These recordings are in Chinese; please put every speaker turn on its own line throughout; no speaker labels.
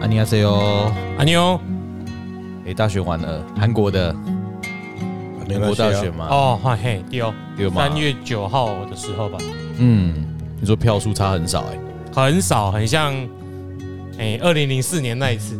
안녕하세요。
阿妞
哎，哦大学完了，韩国的韩国大学嘛，
啊哦，哈嘿，对哦，
对吗？
三月九号的时候吧，
嗯，你说票数差很少哎、
很少，很像，哎、2二零零四年那一次，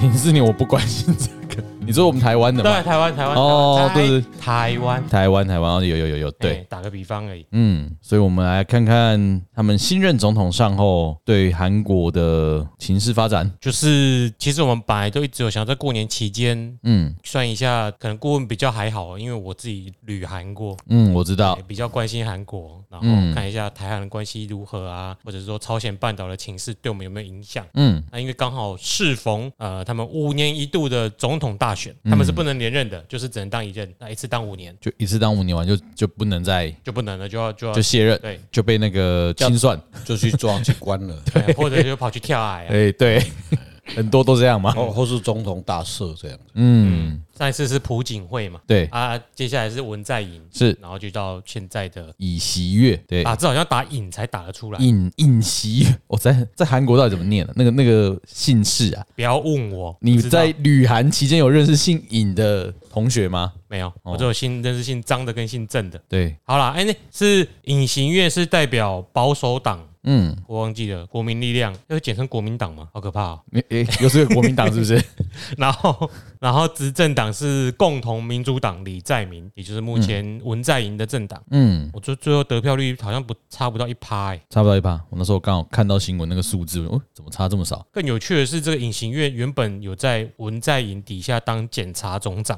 零四年我不关心这个，你说我们台湾的
对，
嘛？
台湾，台湾，
哦
台湾
对，
台湾，哎
台湾，台湾，哦有有有有，对，
哎打个比方而已，
嗯，所以我们来看看他们新任总统上后对韩国的情势发展。
就是其实我们本来都一直有想要在过年期间
嗯
算一下，可能顾问比较还好，因为我自己旅韩过。
嗯，我知道
也，比较关心韩国，然后
嗯
看一下台韩的关系如何啊，或者是说朝鲜半岛的情势对我们有没有影响？
嗯
那因为刚好适逢呃他们五年一度的总统大选，
嗯
他们是不能连任的，就是只能当一任，那一次当五年
就一次当五年完就就不能再
就不能了，就要就要
就卸任，
对
就被那个清算。
就去抓去关 了，
对，或者就跑去跳海啊。
哎，对， 很多都这样
哦
嘛。
或哦或是总统大赦这样子。
嗯，
上一次是朴槿惠嘛，
对，
啊，接下来是文在寅，
是
然后就到现在的
尹锡悦，对，
啊，这好像打寅才打得出来，
尹尹锡悦，我在在韩国到底怎么念的？啊那个那个姓氏啊？
不要问我，
你
不知道
在旅韩期间有认识姓尹的同学吗？
没有？我只有姓认识姓张的跟姓郑的。
对，
好啦，哎、那是隐形月是代表保守党，
嗯，
我忘记了，国民力量，要简称国民党吗？好可怕哦、
你诶，又是个国民党是不是？
然后，然后执政党是共同民主党李在明，也就是目前文在寅的政党。
嗯，
我最最后得票率好像不差不到一趴、欸。
差不到一趴。我那时候刚好看到新闻那个数字，哦，怎么差这么少？
更有趣的是，这个尹行月原本有在文在寅底下当检察总长，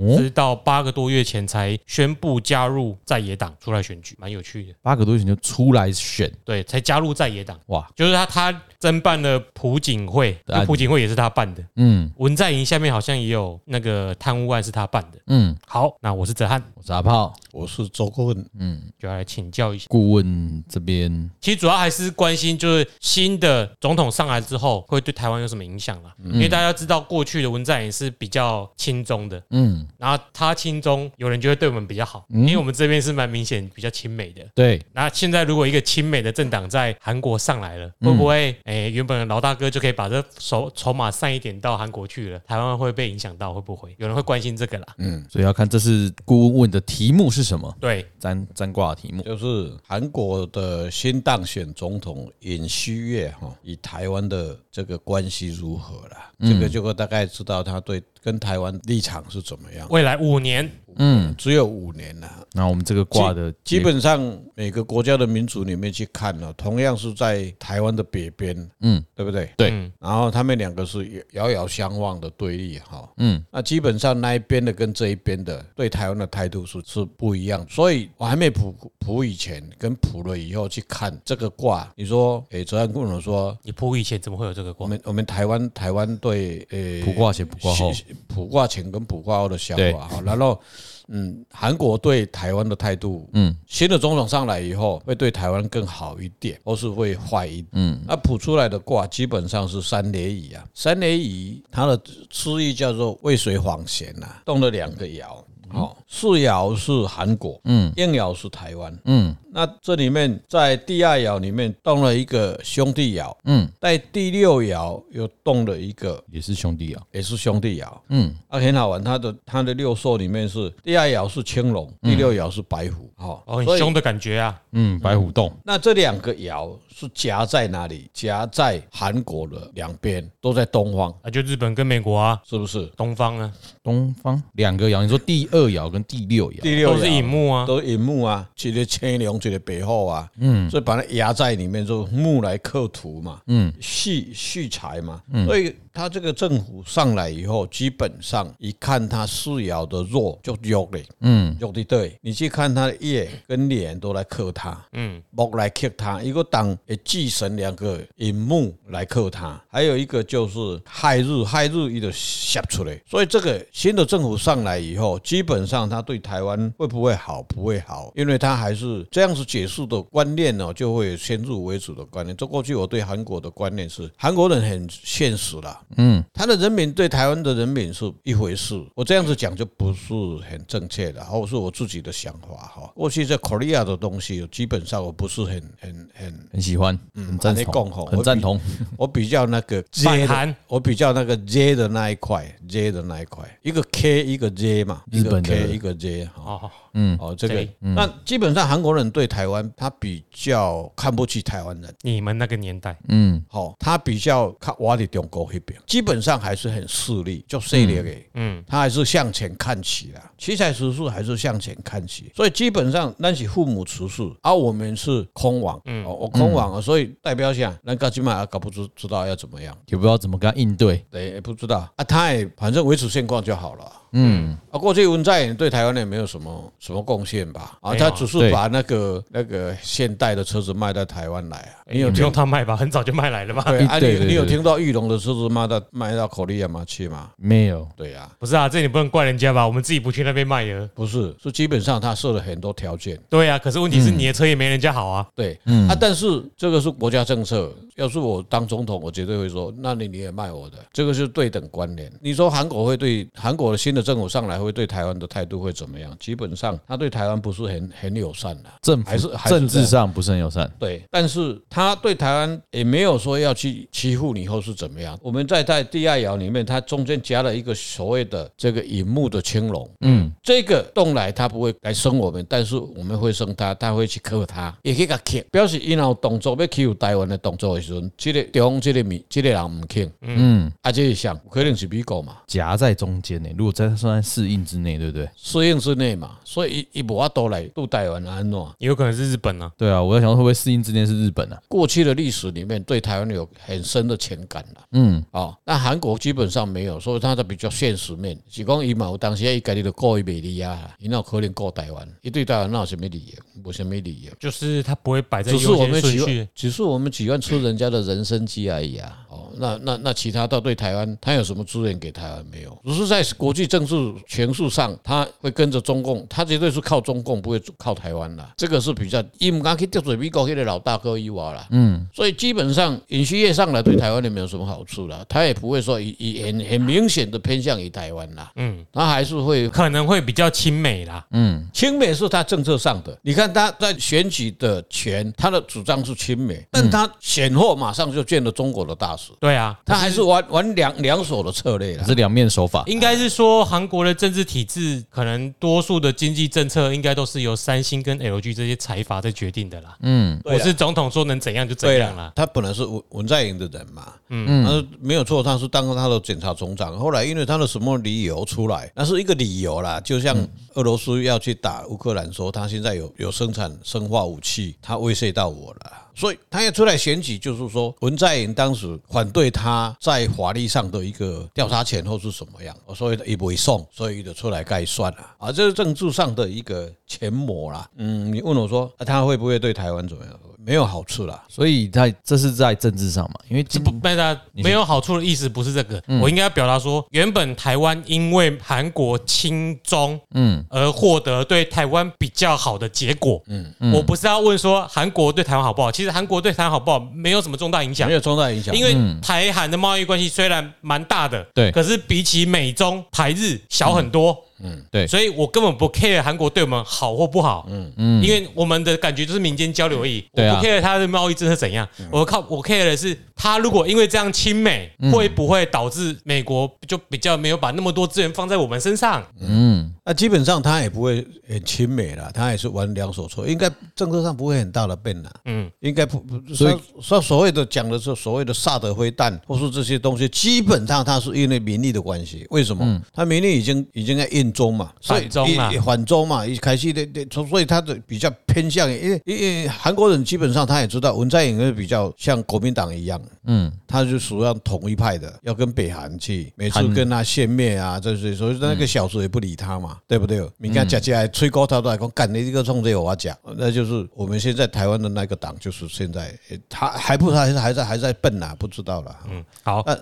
哦，
直到八个多月前才宣布加入在野党出来选举，蛮有趣的。
八个多月前就出来选，
对，才加入在野党，
哇，
就是他他侦办了朴槿惠，
啊
就朴槿惠也是他办的。
嗯
文在寅下面好像也有那个贪污案是他办的。
嗯，
好，那我是泽汉，
我是阿炮
我是周顾问，
就要来请教一下。
顾问这边，
其实主要还是关心，就是新的总统上来之后会对台湾有什么影响啦。
嗯
因为大家知道，过去的文在寅是比较亲中的，
嗯，
然后他亲中，有人就会对我们比较好，
嗯
因为我们这边是蛮明显比较亲美的。
对，
那现在如果一个亲美的政党在韩国上来了，
嗯
会不会诶、原本的老大哥就可以把这筹筹码散一点到韩国去了？台湾会被影响到，会不会有人会关心这个啦？
嗯
所以要看这次顾问问的题目是什么，
对，
占占卦的题目，
就是韩国的新当选总统尹锡悦哈，与台湾的这个关系如何啦？这个就会大概知道他对跟台湾立场是怎么样。
未来五年，
嗯，
只有五年啊啦、
那我们这个卦的
基
结
本上每个国家的民族里面去看呢、同样是在台湾的北边，
嗯，
对不对？
对
嗯
然后他们两个是遥遥相望的对立哈，
嗯，
那基本上那一边的跟这一边的对台湾的态度是是不一样，所以我还没卜卜以前跟卜了以后去看这个卦，你说，诶，哲安跟我说，
你破以前怎么会有这个
我
光？
们我们台湾台湾对，诶，
卜卦前卜卦后，
卜卦前跟卜卦后的想
对
法哈，然后，嗯，韩国对台湾的态度，
嗯，
新的总统上来以后，会对台湾更好一点，或是会坏一点，
嗯，
那卜出来的卦基本上是三雷乙啊，三雷乙它的诗意叫做渭水晃弦呐、啊，动了两个爻。好、四爻是韩国，
嗯，
应爻是台湾，
嗯
那这里面在第二爻里面动了一个兄弟爻，
嗯，
在第六爻又动了一个
也是兄弟啊，
也是兄弟爻，
嗯
啊，很好玩。它的它的六兽里面是第二爻是青龙，第六爻是白虎，好、
嗯哦，很
所以
凶的感觉啊！
嗯，白虎洞，
那这两个爻是夹在哪里？夹在韩国的两边，都在东方，
啊，就日本跟美国啊，
是不是？
东方啊，
东方两个爻，你说第二爻跟第六爻，
第六
都是
爻
影幕啊，
都寅木啊，一个青龙，一个白虎啊，嗯，所以把它压在里面，就木来克土嘛，嗯，蓄蓄财嘛，所以他这个政府上来以后，基本上一看他四爻的弱就弱了，
嗯
弱的对，你去看他的叶跟脸都来克他，
嗯，
木来克他，一个党诶忌神两个寅木来克他，还有一个就是亥日，亥日伊就写出来。所以这个新的政府上来以后，基本上他对台湾会不会好？不会好，因为他还是这样子解释的观念呢、就会有先入为主的观念。这过去我对韩国的观念是，韩国人很现实啦，
嗯，
他的人民对台湾的人民是一回事，我这样子讲就不是很正确的，或者是我自己的想法哈。过去在 Korea 的东西，基本上我不是很很很
很喜喜欢，很赞
这样
同
讲，吼
很赞同。
我比较那个 J
反
的
韩，
我比较那个 J 的那一块，J 的那一块，一个 K 一个 J 嘛，
日本的嗯
一个 K 一个 J 哈。
哦，
哦，这个
对，
那基本上韩国人对台湾，他比较看不起台湾人，
你们那个年代，
嗯，
好，他比较看我的中国那边，基本上还是很势利，就势利的，
嗯，
他还是向前看齐啦，七彩十数还是向前看齐，所以基本上那是父母持数，而、我们是空王，
嗯
哦，我空王
嗯
啊，所以代表下，那个起码搞不知知道要怎么样，
也不知道怎么跟他应对。
对，也不知道啊，他也反正维持现况就好了。
嗯，
啊，过去文在寅对台湾也没有什么什么贡献吧？啊，
没有啊
他只是
对
把那个那个现代的车子卖到台湾来啊。你
也
有
不
听
用他卖吧，很早就卖来了吧？
对啊？
对
你
对
你有
对
听到玉龙的车子卖到卖到口利亚吗？去吗？
没有，
对呀，
不是啊，这你不能怪人家吧？我们自己不去那边卖的。
不是，是基本上他设了很多条件。
对啊，可是问题是
嗯
你的车也没人家好啊。
对，
嗯
啊，但是这个是国家政策。要是我当总统，我绝对会说，那你你也卖我的，这个是对等关联。你说韩国会对韩国的新的政府上来，会对台湾的态度会怎么样？基本上，他对台湾不是很很友善啊的、
政府
还是还是
政
这
治
样
上不是很友善。
对，但是他对台湾也没有说要去欺负你或是怎么样。我们在在第二爻里面，它中间夹了一个所谓的这个银幕的青龙，
嗯，
这个动来它不会来生我们，但是我们会生它，它会去克它，也可以它克。表示因有动作要欺负台湾的动作的时候，这个中这个面这个人唔克，
嗯，
啊，这一项可能是美国嘛。
夹在中间呢，如果在算在适应之内，对不对？
适应之内嘛，所以伊伊无法度来对台湾安怎？
也有可能是日本啊。
对啊，我在想说会不会适应之内是日本啊？
过去的历史里面对台湾有很深的情感啦。
嗯，
哦，那韩国基本上没有，所以他的比较现实面，是讲伊嘛有当时伊家己就顾伊美利亚啦，啊伊哪有可能顾台湾，伊对台湾哪有什么理由？无什么理由。
就是它不会摆在
只
优
是我们
先
喜
顺
欢
序，，
只是我们喜欢吃人家的人参鸡而已啊。哦，那那那其他到对台湾，他有什么资源给台湾没有？只是在国际政治权势上，他会跟着中共，他绝对是靠中共，不会靠台湾啦。这个是比较，伊唔敢去得罪美国迄个老大哥伊娃啦。嗯，所以基本上尹锡悦上来对台湾也没有什么好处啦，他也不会说以以很很明显的偏向于台湾啦。嗯，他还是会
可能会比较亲美啦。
嗯亲美是他政策上的，你看他在选举的前，他的主张是亲美，但他选后马上就见了中国的大使，
对啊，
他还是玩玩两两手的策略
可
啦。
是两面手法。
应该是说韩国的政治体制，可能多数的经济政策应该都是由三星跟 LG 这些财阀在决定的啦。
嗯，
我
啊
是总统说能怎样就怎
对
样
了
啦，。
他本来是文文在寅的人嘛，嗯，他是没有错，他是当他的检察总长，后来因为他的什么理由出来，那是一个理由啦，就像俄罗斯要去打乌克兰，说他现在有有生产生化武器，他威胁到我了。所以他要出来选举，就是说文在寅当时反对他在法律上的一个调查权或是什么样，所以也不会送，所以就出来盖算了啊，这是政治上的一个前魔啦。嗯，你问我说、啊他会不会对台湾怎么样？没有好处啦。
所以在这是在政治上嘛，因为
这
今
不，大家没有好处的意思不是这个，我应该表达说，原本台湾因为韩国亲中，嗯，而获得对台湾比较好的结果，嗯，我不是要问说韩国对台湾好不好，其实韩国对台湾好不好没有什么重大影响
没，有重大影响，
因为台韩的贸易关系虽然蛮大的，
嗯对
可是比起美中台日小很多，
嗯对，
所以我根本不 care 韩国对我们好或不好，嗯嗯，因为我们的感觉就是民间交流而已，我
对啊
不 care 他的贸易政策怎样，我靠，我 care 的是他如果因为这样亲美，
嗯
会不会导致美国就比较没有把那么多资源放在我们身上？
嗯，
那基本上他也不会很亲美了，他也是玩两手错，应该政策上不会很大的变啦。
嗯，
应该不
所
不，所
以
以说所谓的讲的是所谓的萨德灰弹或是这些东西，基本上它是因为民力的关系。为什么？他民力已经已经在印中嘛，所以
反中啊
一反中嘛，一开始的的，所以他的比较偏向，因为因为韩国人基本上他也知道文在寅会比较像国民党一样，
嗯，
他是属于统一派的，要跟北韩去，每次跟他歼灭啊，这些，所以那个小子也不理他嘛，对不对？
嗯
你看假假吹高他都来讲，干你这个冲这个我讲，那就是我们现在台湾的那个啊党，就是现在诶他还不还还在还在笨呐、不知道了。
嗯，好，
呃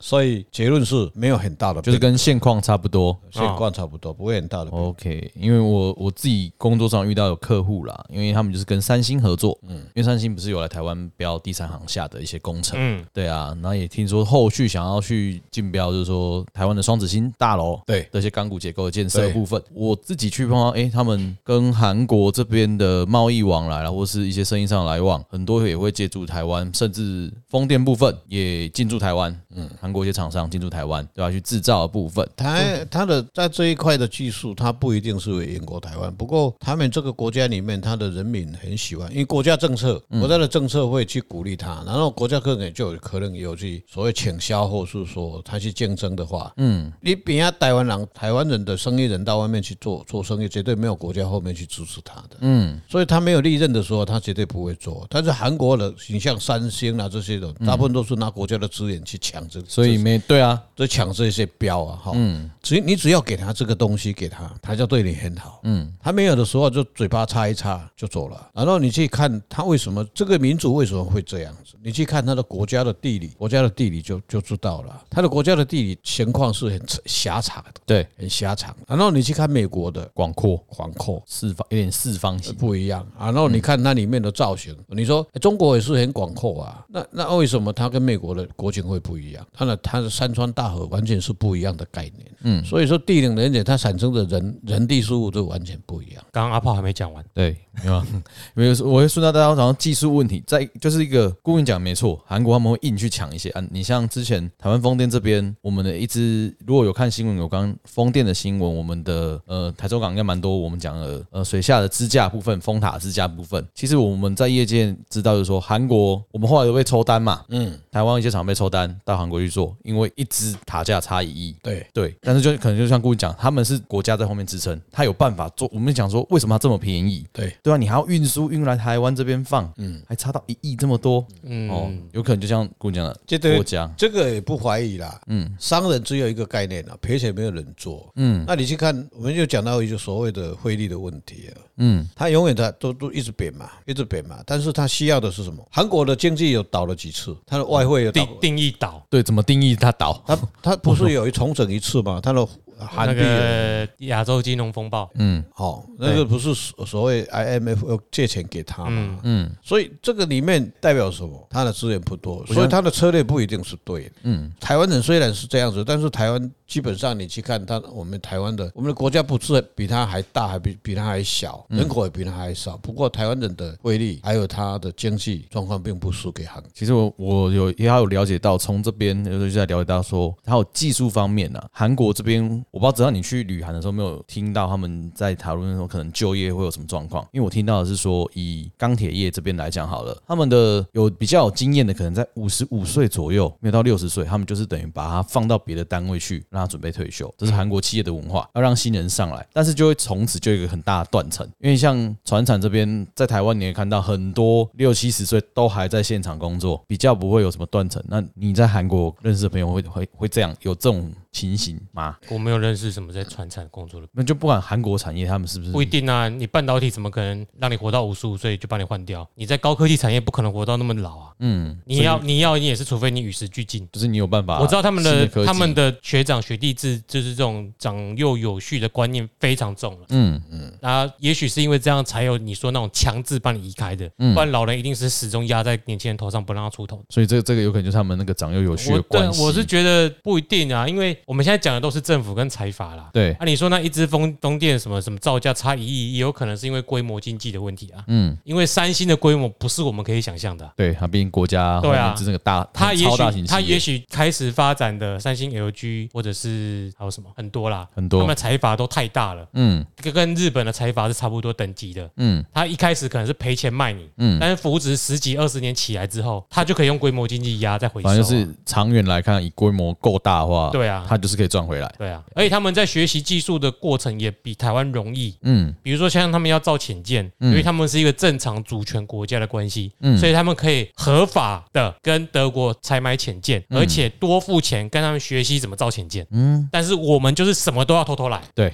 所以结论是没有很大的变化，
就是跟哦现况差不多。
现况差不多，不会很大的变化。
OK，因为我我自己工作上遇到有客户啦，因为他们就是跟三星合作，嗯，因为三星不是有来台湾标第三航厦的一些工程，
嗯，
对啊，然后也听说后续想要去竞标，就是说台湾的双子星大楼，
对
这些钢骨结构的建设
对
部分，我自己去碰到，诶，他们跟韩国这边的贸易往来啦，或是一些生意上的来往，很多也会借助台湾，甚至风电部分也进驻台湾，嗯，韩国一些厂商进驻台湾，对吧、啊去制造的部分，
它它的在这一块的技术，它不一定是为英国台湾，不过他们这个国家里面，它的人民很喜欢，因为国家政策，国家的政策会去鼓励它，然后国家可能就有可能有去所谓倾销，或是说他去竞争的话，嗯，你比下台湾人、台湾人的生意人到外面去做做生意，绝对没有国家后面去支持他的，嗯，所以他没有利润的时候，他绝对不会做。但是韩国的，你像三星啊这些的，大部分都是拿国家的资源去抢这，
所以没对啊，
就抢这些标啊，哈，嗯，只你只要给他这个东西给他，他就对你很好，嗯，他没有的时候就嘴巴擦一擦就走了，然后你去看他为什么这个民族为什么会这样子，你去看他的国家的地理，国家的地理就就知道了，他的国家的地理情况是很狭长的，
对，
很狭长，然后你去看美国的
广阔
广阔，
四方有点四方形，
不一样啊。然后你看它里面的造型，你说、诶中国也是很广阔啊，那那为什么它跟美国的国情会不一样？它的它的山川大河完全是不一样的概念。嗯，所以说地灵人杰它产生的人人地事物就完全不一样。
刚刚阿炮还没讲完，
对，没有啊，没有。我会顺到大家讲到技术问题，在就是一个顾问讲没错，韩国他们会硬去抢一些啊。你像之前台湾风电这边，我们的一支如果有看新闻，有刚风电的新闻，我们的呃台州港应该蛮多，我们讲了呃水下的支架部分、风塔支架部分，其实我们在业界知道就是说，韩国我们后来都被抽单嘛，嗯，台湾一些厂被抽单到韩国去做，因为一支塔架差一亿，
对，
对，但是就可能就像顾问讲，他们是国家在后面支撑，他有办法做。我们讲说，为什么它这么便宜？
对
对啊，你还要运输运来台湾这边放，嗯，还差到一亿这么多，
嗯
哦，有可能就像顾问讲的，
这对
国家
这个也不怀疑啦。嗯，商人只有一个概念啦，啊赔钱没有人做。嗯，那你去看，我们就讲到一个所谓的汇率的问题啊。嗯，它永远在都都一直贬嘛，一直贬嘛。但是它需要的是什么？韩国的经济有倒了几次，它的外汇有倒
定定义岛
对怎么定义它倒？
它它不是有一重整一次嘛？它的韩
那
币有，
个亚洲金融风
嗯
暴，
哦，那个不是所所谓 IMF 要呃借钱给他嘛？嗯，所以这个里面代表什么？他的资源不多，所以他的策略不一定是对的。嗯，台湾人虽然是这样子，但是台湾基本上你去看他，我们台湾的我们的国家不是比他还大，还比比他还小，人口也比他还少。不过台湾人的威力还有他的经济状况并不输给韩国。
其实我我有也有了解到，从这边有时候就在了解到说，还有技术方面啊，韩国这边我不知道，只要你去旅啊韩的时候，没有听到他们在讨论说可能就业会有什么状况，因为我听到的是说，以钢铁业这边来讲好了，他们的有比较有经验的，可能在五十五岁左右，没有到六十岁，他们就是等于把它放到别的单位去，让他准备退休，
嗯
这是韩国企业的文化，要让新人上来，但是就会从此就有一个很大的断层，因为像船厂这边在台湾你也看到很多六七十岁都还在现场工作，比较不会有什么断层。那你在韩国认识的朋友会会会这样有这种情形吗？
我没有认识什么在船产工作的，
那就不管韩国产业他们是不是
不一定啊。你半导体怎么可能让你活到五十五岁就把你换掉？你在高科技产业不可能活到那么老啊。嗯，你要你要你也是，除非你与时俱进。
就是你有办法？
我知道他们
新
的
科技
他们的学长学弟制就是这种长幼有序的观念非常重了。
嗯
嗯，那也许是因为这样才有你说那种强制把你移开的，
嗯
不然老人一定是始终压在年轻人头上不让他出头。
所以这这个有可能就是他们那个长幼有序
我
的
对
关系。
我是觉得不一定啊，因为我们现在讲的都是政府跟财阀啦。
对
啊，你说那一只风东电什么什么造价差一亿，也有可能是因为规模经济的问题啊。嗯，因为三星的规模不是我们可以想象的啊、
对，他毕竟国家
对啊
后面是那个大，
它也
超大型
许
企业，
它也许开始发展的三星、LG 或者是还有什么很多啦，
很多
他们的财阀都太大了，
嗯
跟跟日本的财阀是差不多等级的。
嗯
他一开始可能是赔钱卖你，嗯，但是扶植十几二十年起来之后，他就可以用规模经济压再回收啊、
反正就是长远来看，以规模够大的话，
对啊
它就是可以赚回来。
对啊，而且他们在学习技术的过程也比台湾容易。
嗯，
比如说，像他们要造潜舰，因为他们是一个正常主权国家的关系，所以他们可以合法的跟德国采买潜舰，而且多付钱跟他们学习怎么造潜舰。嗯，但是我们就是什么都要偷偷来，
对，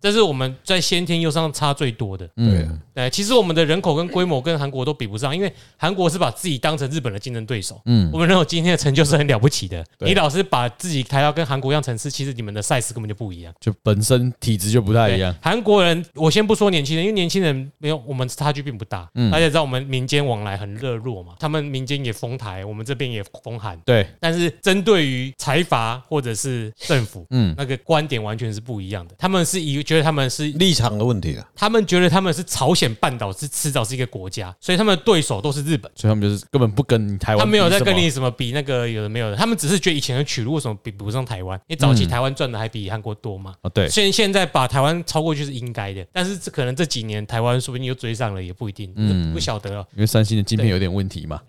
这是我们在先天优势上差最多的。
啊
嗯，
对，其实我们的人口跟规模跟韩国都比不上，因为韩国是把自己当成日本的竞争对手。嗯，我们能有今天的成就是很了不起的。
对
你老是把自己抬到跟韩国一样层次，其实你们的 size 根本就不一样。
就本身体质就不太一样
对。韩国人，我先不说年轻人，因为年轻人没有我们差距并不大，
嗯
大家知道我们民间往来很热络嘛，他们民间也封台，我们这边也封韩，
对，
但是针对于财阀或者是政府，
嗯
嗯，那个观点完全是不一样的。他们是以觉得他们是
立场的问题啊。
他们觉得他们是朝鲜半岛是迟早是一个国家，所以他们的对手都是日本。
所以他们就是根本不跟你台湾，
他没有在跟你，什么比那个有的没有的，他们只是觉得以前的取路为什么比不上台湾？因为早
嗯
期台湾赚的还比韩国多嘛。
哦，对，
现现在把台湾超过去是应该的，但是这可能这几年台湾说不定又追上了，也不一定，
嗯
不晓得哦、
因为三星的晶片有点问题嘛，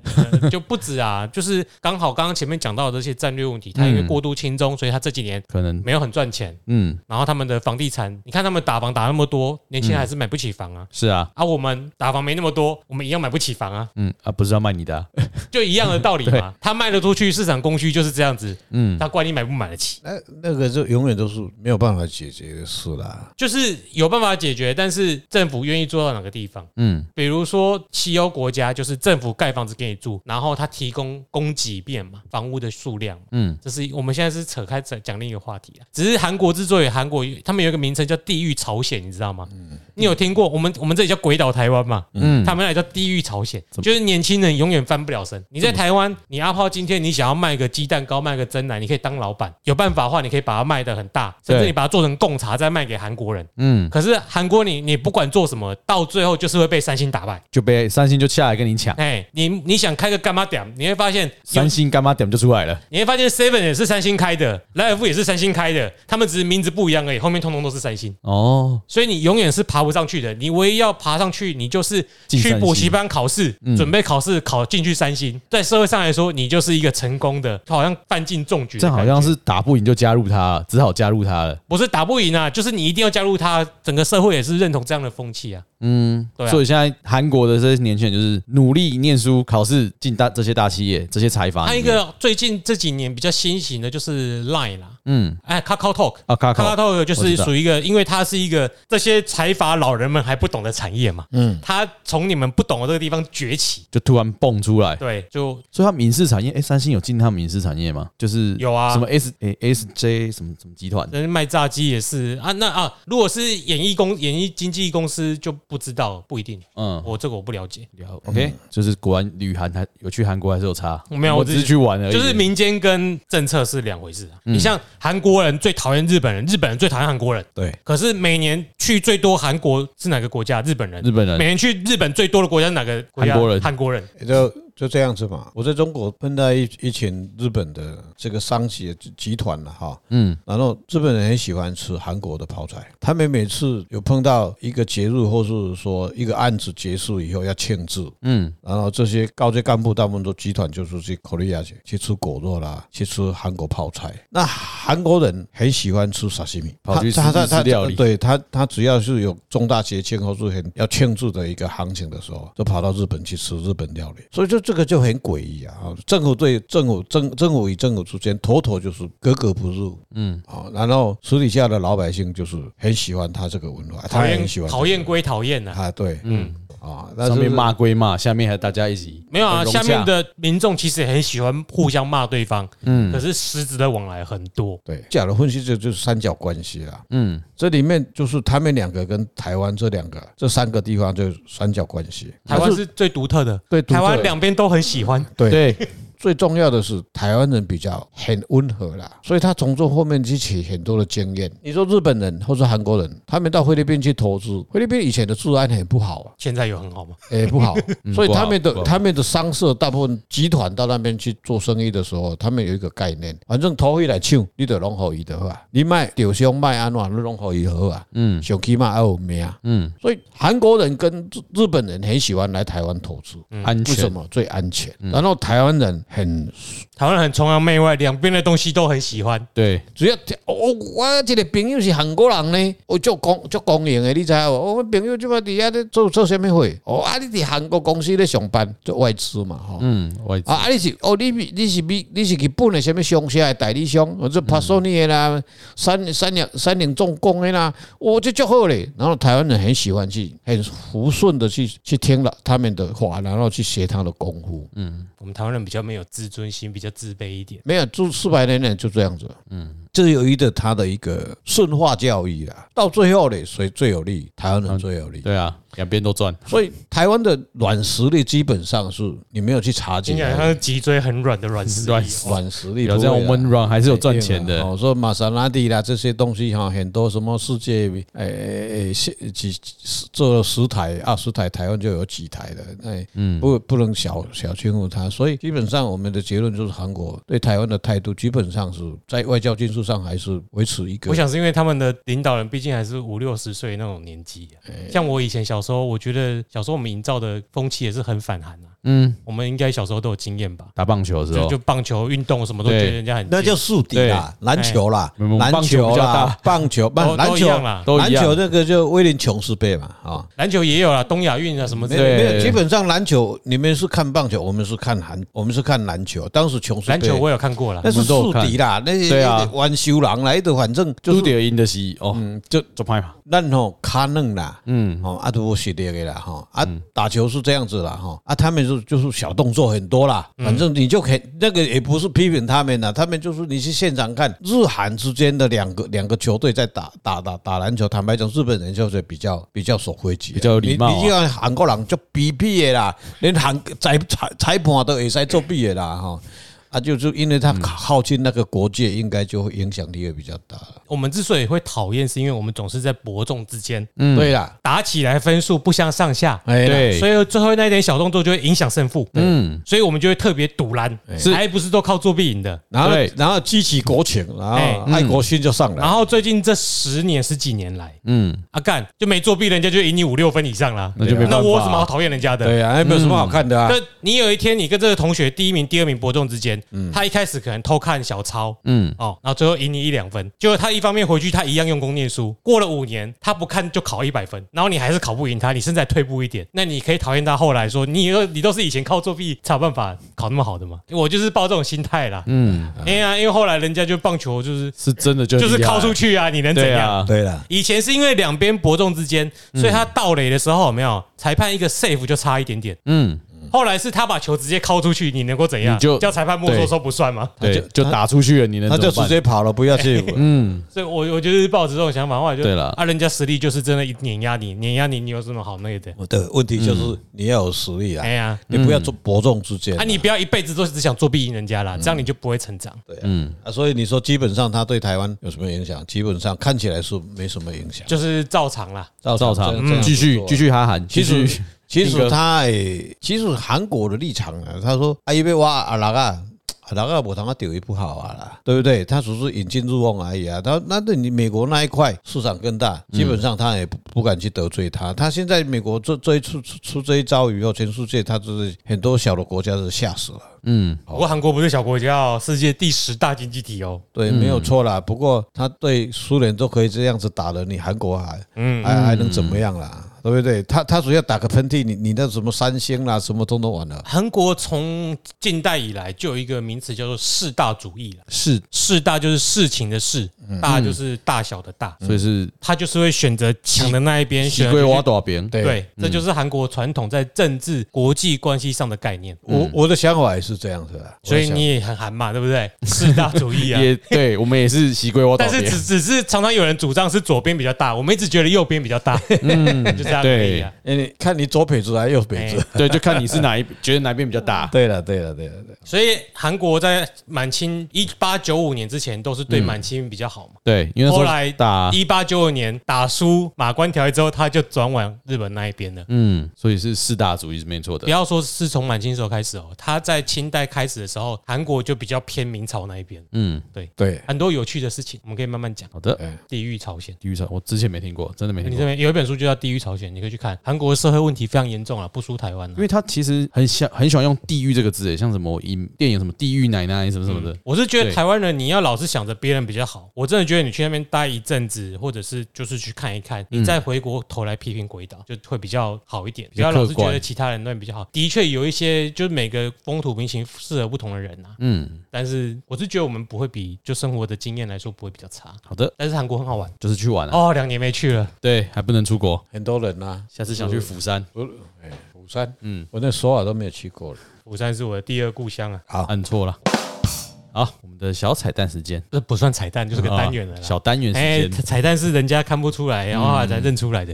呃 就不止啊，就是刚好刚刚前面讲到的这些战略问题，它因为过度轻中，所以它这几年
可能，
没有很赚钱，
嗯，
然后他们的房地产，你看他们打房打那么多，年轻人还是买不起房啊。
是啊，
啊，我们打房没那么多，我们一样买不起房啊，
嗯啊，不是要卖你的啊，
就一样的道理嘛。他卖得出去，市场供需就是这样子，
嗯，
他管你买不买得起，
那那个就永远都是没有办法解决的事啦。
就是有办法解决，但是政府愿意做到哪个地方？
嗯，
比如说西欧国家，就是政府盖房子给你住，然后他提供供给变嘛，房屋的数
嗯
量。嗯，这是我们现在是扯开讲讲另一个话题啊。只是韩国之所以韩国，他们有一个名称叫“地狱朝鲜”，你知道吗？你有听过？我们我们这里叫鬼岛台湾嘛，
嗯
嗯，他们那里叫地狱朝鲜，就是年轻人永远翻不了身。你在台湾，你阿炮今天你想要卖个鸡蛋糕，卖个蒸奶，你可以当老板，有办法的话，你可以把它卖得很大，甚至
对
你把它做成贡茶再卖给韩国人。
嗯，
可是韩国你你不管做什么，到最后就是会被三星打败。
就被三星就下来跟你抢，
哎，你你想开个干妈点，你会发现有
三星干妈点就出来了，
你会发现 Seven 也是三星开的，莱尔富也是三星开的，他们只是名字不一样而已，后面通通都是三星，
哦，
所以你永远是爬不上去的。你唯一要爬上去，你就是
进三
去
星
补习班考试，
嗯
准备考试考进去三星。在社会上来说，你就是一个成功的，好像范进中举的
这
感觉，
好像是打不赢就加入他了，只好加入他了，
不是打不赢啊，就是你一定要加入他，整个社会也是认同这样的风气啊。
嗯，
对啊
所以现在韩国的这些年轻人就是努力念书、考试进大这些大企业、这些财阀里面，
还有一个最近这几年比较新型的就是 Line 啦，
嗯
哎，Kakao Talk。
啊，卡
卡卡
卡，
透就
我知
是
道
属于一个，因为它是一个这些财阀老人们还不懂的产业嘛，嗯，它从你们不懂的这个地方崛起，
就突然蹦出来，
对，就
所以他们影视产业，哎、三星有进他们影视产业吗？就是
有啊
什么 S 诶 SJ 什么什么集团，
人家卖炸鸡也是啊，那啊，如果是演艺公演艺经纪公司就不知道，不一定，
嗯，
我这个我不了解，
了 OK，就是果然旅韩还有去韩国还是有差，
没有
我
我
只
自
是
己
去玩而已，
就是民间跟政策是两回事啊。
嗯
你像韩国人最讨厌日本人，日本人最讨厌韩国人，
对，
可是每年去最多韩国是哪个国家？日本人
日。本人
每，年去日本最多的国家是哪个国家？
韩国人
韩国人。
也就就这样子嘛。我在中国碰到一一群日本的这个商企集团了哈，
嗯
然后日本人很喜欢吃韩国的泡菜，他们每次有碰到一个节日或是说一个案子结束以后要庆祝，
嗯，
然后这些高阶干部大部分都集团就是去 Korea 去去吃果肉啦，去吃韩国泡菜。那韩国人很喜欢吃沙西米，
跑去吃
他他
日式
他
料理
对他他只要是有重大节庆或是很要庆祝的一个行情的时候，就跑到日本去吃日本料理。所以就这个就很诡异啊！啊政府对政府政政府与政府之间，妥妥就是格格不入。嗯，好，然后私底下的老百姓就是很喜欢他这个文化，
讨
他也
厌
很喜欢
讨厌归讨厌呐，
啊，对，嗯啊，但
上面
是
骂归骂，下面还大家一起
没有啊，
融
下
洽
面的民众其实也很喜欢互相骂对方，嗯，可是实质的往来很多，
对，假的分析这就是三角关系啦。
嗯
这里面就是他们两个跟台湾这两个这三个地方就是三角关系。
台湾是最独特的，
对独特
台湾两边都很喜欢，
对
对
最重要的是台湾人比较很温和啦，所以他从这后面汲取很多的经验。你说日本人或是韩国人，他们到菲律宾去投资，菲律宾以前的治安很不好啊，
现在有很好吗？
也不好，
嗯
所以他们
不好
的
不好
他们的商社大部分集团到那边去做生意的时候，他们有一个概念，反正头回来抢，你得拢好伊的话，你卖屌香卖安怎，你拢好伊好啊，
嗯
小起码要有命啊。
嗯
所以韩国人跟日日本人很喜欢来台湾投资，
安
为什
全嗯
么最安全？然后台湾人很
台湾人很崇洋媚外，两边的东西都很喜欢。
对，
主要我哦我一个朋友是韩国人呢，我做公做公营的，你知无？我朋友即摆伫遐咧做做啥物货？哦啊，你伫韩国公司咧上班做外资嘛吼。
嗯，外资
啊啊，你是哦，你你是美你是日本的什么商社的代理商，或者 Panasonic 的啦，三三菱三菱重工的啦，我这就好嘞。然后台湾人很喜欢去，很服顺的去去听了他们的话，然后去学他的功夫。
我们台湾人比较没有自尊心，比较自卑一点。
没有，住四百年呢，就这样子。嗯，这由于的他的一个顺化教育啦，到最后呢，谁最有利？台湾人最有利。
对啊，两边都赚。
所以台湾的软实力基本上是你没有去察觉
听起来像是脊椎很软的软实力。哦
软
软实
比
力不会啊
较
啦。
这样温软，还是有赚钱
对
的
啊。我说玛莎拉蒂啦，这些东西哈，很多什么世界诶诶诶几几做了十台、二十台，台湾就有几台了。那嗯，不不能小小轻忽它。所以基本上我们的结论就是，韩国对台湾的态度基本上是在外交技术上还是维持一个
我。想是因为他们的领导人毕竟还是五六十岁那种年纪、啊，像我以前小时候，我觉得小时候我们营造的风气也是很反韩啊。
嗯，
我们应该小时候都有经验吧？
打棒球的时
就
候
就，棒球运动什么都觉得
对
人家很
那
贱
叫宿敌啦，篮球啦
没有哎我，们
篮
棒球
球
比较
啦
大，
棒球，
都
棒篮
哦都一
球
样啦。
都一
篮球
样。
那个就威廉琼斯杯嘛，
哦
啊，
篮球也有啦，东亚运啊什么之
对
类的。
没有，基本上篮球你们是看棒球，我们是看篮，我们是看篮球。当时琼斯
篮
杯
球我有看过啦
那，是
我们都有
宿敌啦，那些
对啊
弯修郎来的，反正就
就是得赢的是哦，就就拍嘛。
咱吼卡嫩啦，
嗯，
哦啊都系列的啦哈啊打球是这样子啦哈啊他们就就是小动作很多啦，
嗯
反正你就可以那个也不是批评他们啦，他们就是你去现场看日韩之间的两个两个球队在打打打打篮球，坦白讲日本人就是比较比较守规矩啊，
比较有礼貌啊
你你像韩国人就比比的啦，连韩裁裁裁判都会使作弊的啦哈。啊，就是因为他
嗯
靠近那个国界，应该就会影响力会比较大了。
我们之所以会讨厌，是因为我们总是在伯仲之间
嗯
对啦，
打起来，分数不相上下。
哎啦，
嗯对，
所以最后那一点小动作就会影响胜负，嗯，所以我们就会特别堵拦，
是
还不是都靠作弊赢的。
然后
对哎啊
然后激起国情，然后爱国心就上来
然
了。
后最近这十年十几年来，
嗯，
啊干就没作弊，人家就赢你五六分以上啦，啊
那就没办法
那我有什么好讨厌人家的？
对啊，那没有什么好看的啊
嗯
那。你有一天你跟这个同学第一名、第二名伯仲之间，
嗯
他一开始可能偷看小抄，嗯，哦，然后最后赢你一两分，结果他一方面回去他一样用功念书，过了五年他不看就考一百分，然后你还是考不赢他，你甚至还退步一点，那你可以讨厌他后来说你都你都是以前靠作弊才有办法考那么好的嘛，我就是抱这种心态啦，嗯，因为啊因为后来人家就棒球就是
是真的就
就是
厉害
靠出，去啊，你能怎
对
样？
啊，
对了，
以前是因为两边伯仲之间，
嗯
所以他盗垒的时候有没有裁判一个 safe 就差一点点。
嗯，
后来是他把球直接敲出去，你能够怎样？
你就
叫裁判没收
对
说不算吗？
对，就打出去了，你能
他就
怎么
直
办
接跑了，不要去。
嗯，
所以我我就是抱着这种想法，后来就
对啦
啊，人家实力就是真的碾压你，碾压你，你有什么好那个的？
我的问题
嗯
就是你要有实力啊
哎，呀，
你不要做伯仲之间
啊，
啊。
你不要一辈子都只想作弊赢人家
嗯
啦，这样你就不会成长。
对啊，啊所以你说基本上他对台湾有什么影响？基本上看起来是没什么影响。
就是照常嗯啦，
照
常
常
这样这样
继续
做啊
继续哈韩，
其
继
实
续
其
一
实
个
他诶，其实韩国的立场呢，他说啊，因为哇啊那个啊那个我他妈丢也不好啊啦，对不对？他只是引进入瓮而已啊。他那对你美国那一块市场更大，基本上他也不不敢去得罪他。他现在美国这这一出出出这一招以后，全世界他就是很多小的国家是吓死了。
嗯，
不过韩国不是小国家哦，世界第十大经济体哦。
对，没有错啦。不过他对苏联都可以这样子打了，你韩国还
嗯
还还能怎么样啦？对不对？他他只要打个喷嚏，你你那什么三星啦，什么通通完了。
韩国从近代以来就有一个名词叫做世大主义啦。
是，
事大就是事情的事，
嗯
大就是大小的大，
所以是
他就是会选择强的那一边，
西
选
龟
择
嗯挖嗯
去
多少边，
对
对，这就是韩国传统在政治国际关系上的概念。
我我的想法也是这样子
啊
的，
所以你也很韩嘛，对不对？四大主义 啊，
也对我们也是西龟挖多
但
少
是
边，
只只是常常有人主张是左边比较大，我们一直觉得右边比较大， 就这样而已啊。哎
哎，你看你左撇子
哎
还是右撇
啊
子？
嗯对，就看你是哪一觉得哪边比较大，
嗯
对了，对了，对了，对了
所以韩国在满清一八九五年之前都是
嗯
对满清比较好嘛。
对，因为那时候
后来
啊
打，
一八九五年打输马关条约之后，他就转往日本那一边了。
嗯，所以是四大主义是没错
不
的，
要说是从满清时候开始哦，他在清代开始的时候，韩国就比较偏明朝那一边，
嗯，
对，
很多有趣的事情，我们可以慢慢讲。
好的，
哎，
地狱朝鲜，
地狱朝我之前没听过，真的没听
你
过
这。边有一本书就叫《地狱朝鲜》，选，你可以去看韩国的社会问题非常严重啊，不输台湾啊
因。为他其实很想很喜欢用“地狱”这个字，欸诶像什么影电影什么“地狱奶奶”什么什么的，
我是觉得
对
台湾人，你要老是想着别人比较好。我真的觉得你去那边待一阵子，或者是就是去看一看，
嗯
你再回过头来批评鬼岛，就会比较好一点。不
较
要老是
客
觉
观
得其他人都比较好。的确有一些，就是每个风土民情适合不同的人啊。
嗯，
但是我是觉得我们不会比就生活的经验来说不会比较差。
好的，
但是韩国很好玩
就是去玩啊，
哦，两年没去了，
对，还不能出国，
很多人呐、
下次想去釜山，
釜山，
嗯
嗯，我那首尔都没有去过了。
釜山是我的第二故乡啊，
按错了。好，我们的小彩蛋时间，
这不算彩蛋，就是个单元了
啊
啦。
小单元
哎，
时间，嗯
彩蛋是人家看不出来，然后才认出 来的，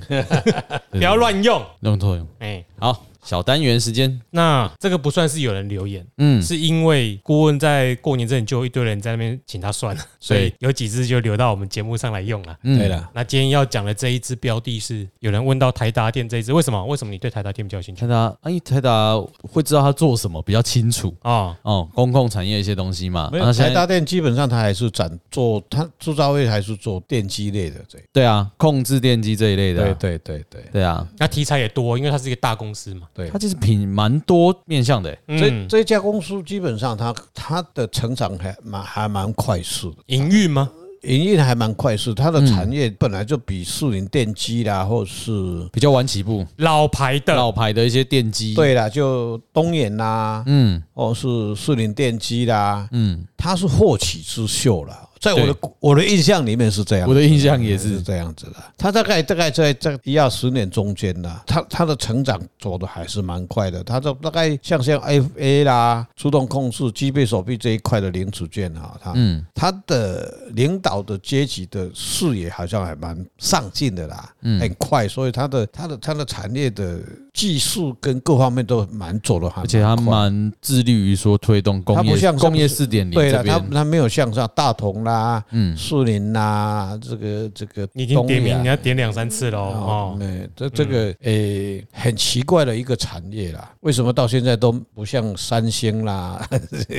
不要乱用。
用错用。
哎，
好，小单元时间，
那这个不算是有人留言，
嗯，
是因为顾问在过年之前就有一堆人在那边请他算了，所以有几只就留到我们节目上来用了。
嗯
对，了，
那今天要讲的这一支标的是有人问到台达电这一支，为什么？为什么你对台达电比较有兴趣
台？达，哎，台达会知道他做什么，比较清楚
哦，
哦，公共产业一些东西嘛。
没
然后
有
现
台
在
大电基本上它还是展做，它铸造业还是做电机类的这。
对啊，控制电机这一类的
对
啊，
对对对，
对啊，
那题材也多，因为它是一个大公司嘛。
对
它其实品蛮多面向的欸，
这
嗯，
这家公司基本上它它的成长还蛮还蛮快速的，
嗯营运吗？
营运还蛮快速，它的产业本来就比四零电机啦，或是
比较晚起步，
老牌的
老牌的一些电机，，
对啦，就东眼啦，
嗯
或哦是四零电机啦，
嗯，
它是后起之秀啦。在我的
对
我的印象里面是这样，
我的印象也是
是这样子的。它大概大概在在一二十年中间呢，它它的成长走的还是蛮快的。它这大概像像 FA 啦、自动控制、机背手臂这一块的零组件啊，它
嗯
它的领导的阶级的视野好像还蛮上进的啦，
嗯
很快，所以它的它的它的产业的技术跟各方面都蛮走的，
而且他蛮致力于说推动工
它不
业
像
工业四点零
对
这
了，它
边，
它没有像上大同啦、
嗯，
树林啦，这个这个
你已经点
东亚
名，你要点两三次喽。
哦
哦，，
对，这这个诶、很奇怪的一个产业啦，为什么到现在都不像三星啦、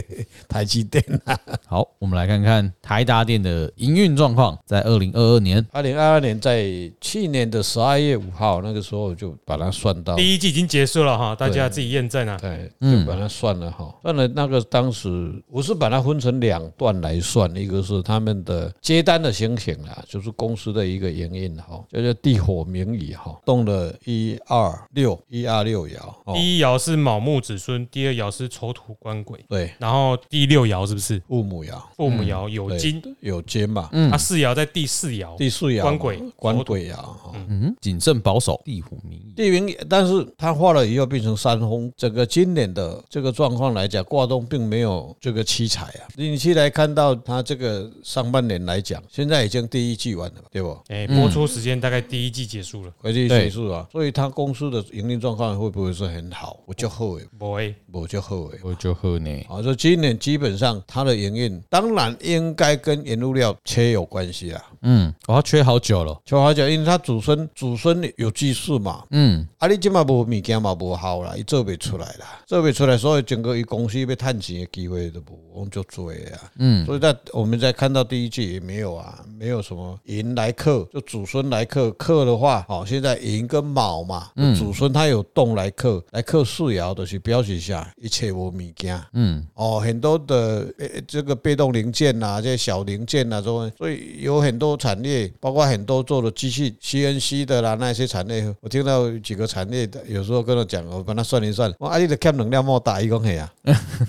台积电啦？
好，我们来看看台达电的营运状况，在二零二二年，
二零二二年在去年的十二月五号那个时候就把它算到，
第一季已经结束了哈，大家自己验证啊。
对，
嗯
就把它算了
嗯
哈，算了那个当时我是把它分成两段来算，一个是他们的接单的情形啦，就是公司的一个营运哈，叫做地火明夷哈，动了一二六一二六爻哦，
第一爻是卯木子孙，第二爻是丑土官鬼，
对，
然后第六爻是不是
戊母爻。
父母爻有金？
有金嘛，
嗯
啊，四爻在第四爻，
第四爻
官鬼
官鬼爻哈。
嗯，谨慎保守，地虎民意，
地名，但是它化了以后变成山峰，整个今年的这个状况来讲，挂钟并没有这个七彩啊。你期来看到它这个上半年来讲，现在已经第一季完了嘛，对不？
哎，
嗯
播出时间大概第一季结束了。
会计学术啊，所以它公司的盈利状况会不会是很好？我就后悔，
不会，
我就后悔。
我就喝呢，
啊，所以今年基本上它的营运，当然应该跟原物料缺有关系啊。
嗯，我、哦、它缺好久了，
邱华讲，因为他祖孙祖孙有技术嘛，
嗯，
啊，你即嘛无物件嘛无效啦，伊做袂出来啦，做袂出来，所以整个伊公司要趁钱的机会都无，我们就做啊。嗯，所以在我们在看到第一季也没有啊，没有什么寅来克，就祖孙来克克的话，好、现在寅跟卯嘛，祖孙他有动来克，来克四爻的是标示下一切无物件。
嗯，
哦，很多的呃这个被动零件呐、这些小零件呐、啊，所以所以有很多产业，包括很多做的机器 CNC 的啦，那些产业，我听到几个产业的，有时候跟我讲，我帮他算一算，我啊，你的 cap 能量莫大，伊讲嘿啊，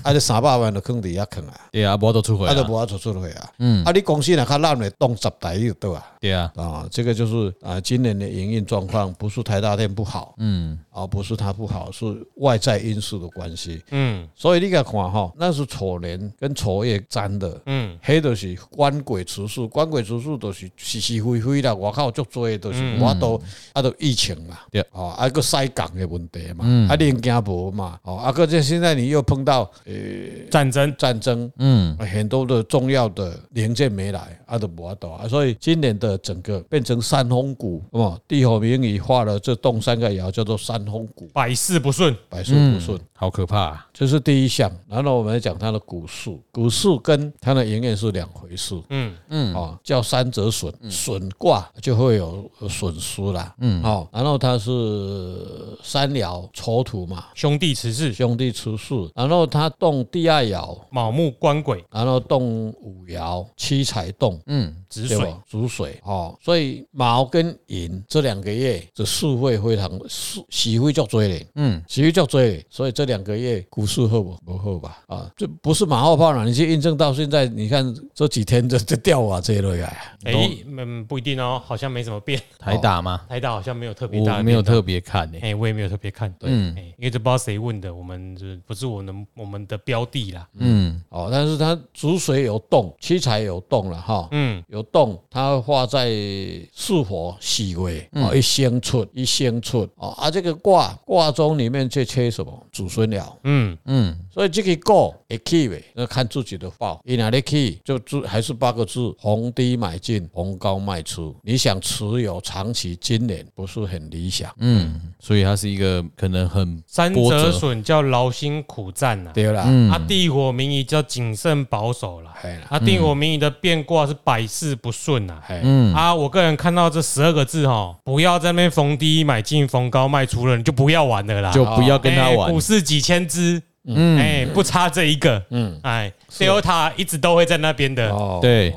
啊，你三百万的坑底下坑啊，
对啊，我都出回
啊，都
了，
无法出出去啊，啊，你公司若较烂的，动十台就对啊。
对啊，
啊，这个就是啊，今年的营运状况不是台大店不好，嗯，啊，不是它不好，是外在因素的关系。
嗯
所以你甲看吼，那是丑年跟丑月沾的，
嗯，
迄就是官鬼除数，官鬼除数就是是是非非啦，外口足多的就是我都啊都疫情嘛
嗯对，嗯
哦，啊个塞港的问题嘛，啊零件无嘛，哦，啊个这现在你又碰到
嗯战争
战争，
嗯
很多的重要的零件没来，啊都无法度啊，所以今年的了整个变成三峰谷，哦，地火明夷画了这洞三个爻叫做三峰谷，
百事不顺，
百顺不顺。
好可怕、啊，
这是第一项，然后我们来讲它的股数，股数跟它的营业是两回事，
嗯
嗯，哦，叫三折损，损卦就会有损失啦，嗯，好，然后它是三爻丑土嘛，
兄弟辞世，
兄弟出世，然后它动第二爻，
卯木官鬼，
然后动五爻，七财动，
嗯
止
对
水
吧？主水哦，所以卯跟寅这两个月的市会非常是喜会较追嘞，嗯，喜会较追嘞，所以这两个月股市好不不好吧？啊，这不是马后炮了，你去印证到现在，你看这几天这这掉啊这一类啊，
哎、嗯，不一定哦，好像没怎么变。
台打吗？
台大好像没有特别大
哦我
的，
没有嗯特。别看诶、
哎、我也没有特别看，对，哎因为这不知道谁问的，我们这不是我们我们的标的啦，
嗯，
哦，但是它主水有动，七财有动了哈，
嗯，
有动，它画在是否喜位啊，一先出一先出啊，啊这个卦卦中里面却缺什么祖孙爻，
嗯，
所以这个股会起呗，那看自己的报。你哪里起，就注还是八个字：逢低买进，逢高卖出。你想持有长期，今年不是很理想。
嗯
嗯
所以它是一个可能很
三
波
折
折嗯
损叫劳心苦战呐、
对啦，
啊，地火明夷叫谨慎保守啦。
哎啦，
啊，地火明夷的变卦是百事不顺呐。
哎，
嗯
啊，我个人看到这十二个字哈，不要在那边逢低买进、逢高卖出了，你就不要玩
啊
了啦。
就不要跟他
哦
哎
玩嗯
股。市几千只，哎，不差这一个。嗯，哎，Delta 一直都会在那边的。
哦，
对，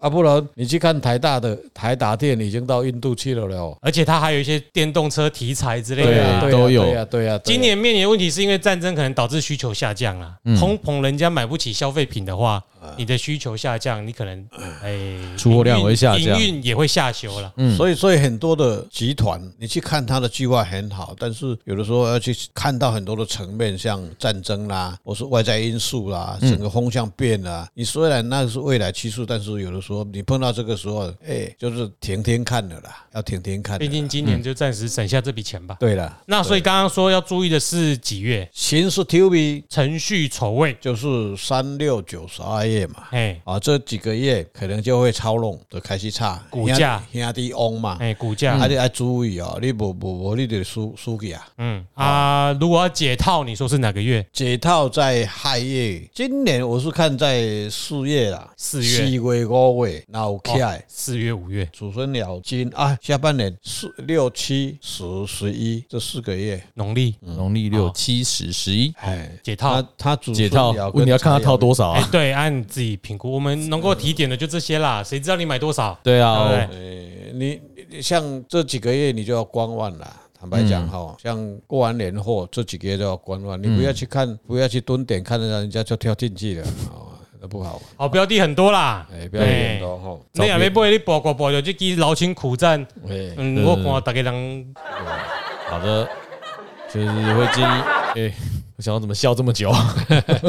啊，不然你去看台大的台达店已经到印度去了了。
而且它还有一些电动车题材之类
对
的
啊
啊，
对啊
都有
对呀，对呀。
今年面临的问题是因为战争可能导致需求下降啦，
嗯
通膨人家买不起消费品的话，你的需求下降，你可能哎
出货量也会下降嗯
营运也会下修了。
所以，所以很多的集团，你去看他的计划很好，但是有的时候要去看到很多的层面，像战争啦，或是外在因素啦，整个风向变啦。你虽然那是未来趋势，但是有的时候你碰到这个时候，哎，就是天天看的啦，要天天看的
毕
啦。
竟今年就暂时省下这笔钱吧。
对了，
那所以刚刚说要注意的是几月
形势 TV
程序筹位，
就是三六九十二页嘛。
哎
啊，这几个月可能就会操弄，就开始差
股价
兄弟翁嘛，
哎股
啊，
嗯
价，
你要注意哦，你无无无，你就输输去啊。
嗯啊，如果要解套，你说是哪个月？
解套在亥月，今年我是看在四月啦，
四
四
月、
月、五月，然后起
哦
来。
四月、五月，
祖孙鸟金啊，下半年四六七十十一这四个月，
农历
农历
哦
六七十十一
哎，
解套
他。他祖
解
孙
哦套
鸟，跟
你要看他套多少
哎
啊？，
对，按你自己评估，我们能够提点的就这些啦，谁知道你买多少？
对
哦
啊，
对
哎
我
不对
财爻，呃你你像这几个月你就要观望啦。坦
嗯
白讲哈，像过完年后这几个月都要观望，你不要
嗯
去看，不要去蹲点看人家，人家就跳进去了，哦，那不好，
好标的很多啦，
哎，不要演多哈。
你也要买，你博国博着这支劳心苦战。
哎
嗯，我看大家人
好的，就是会建议。哎，我想要怎么笑这么久？啊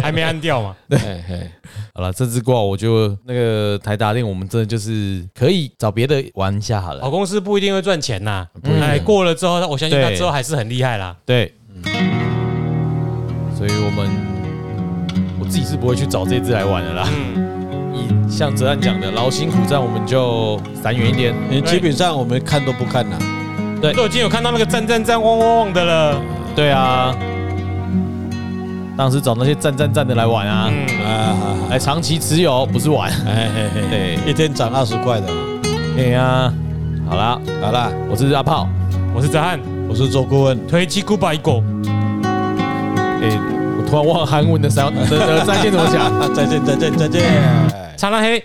还没按 掉嘛。
哎哎，
好了，这只卦我就那个台达店，我们真的就是可以找别的玩一下好了
好。公司不一定会赚钱呐，哎，过了之后，我相信他
对
之后还是很厉害啦。
对，所以我们嗯我自己是不会去找这只来玩的啦。
嗯，
以像哲安讲的劳心苦战，我们就散远一点。
嗯
你基本上我们看都不看了。
哎都已经有看到那个战战战、汪汪汪的了。
对啊，当时找那些战战战的来玩啊，
嗯，
啊，
来长期持有不是玩。
哎嘿嘿，
对，
一天涨二十块的，
对啊，好啦，
好啦，
我是阿炮。
我是哲汉，
我是周顾问，
推七古百狗，
哎、我突然忘了韩文的三的的三线怎么讲。
啊，再见再见再见。
长浪黑。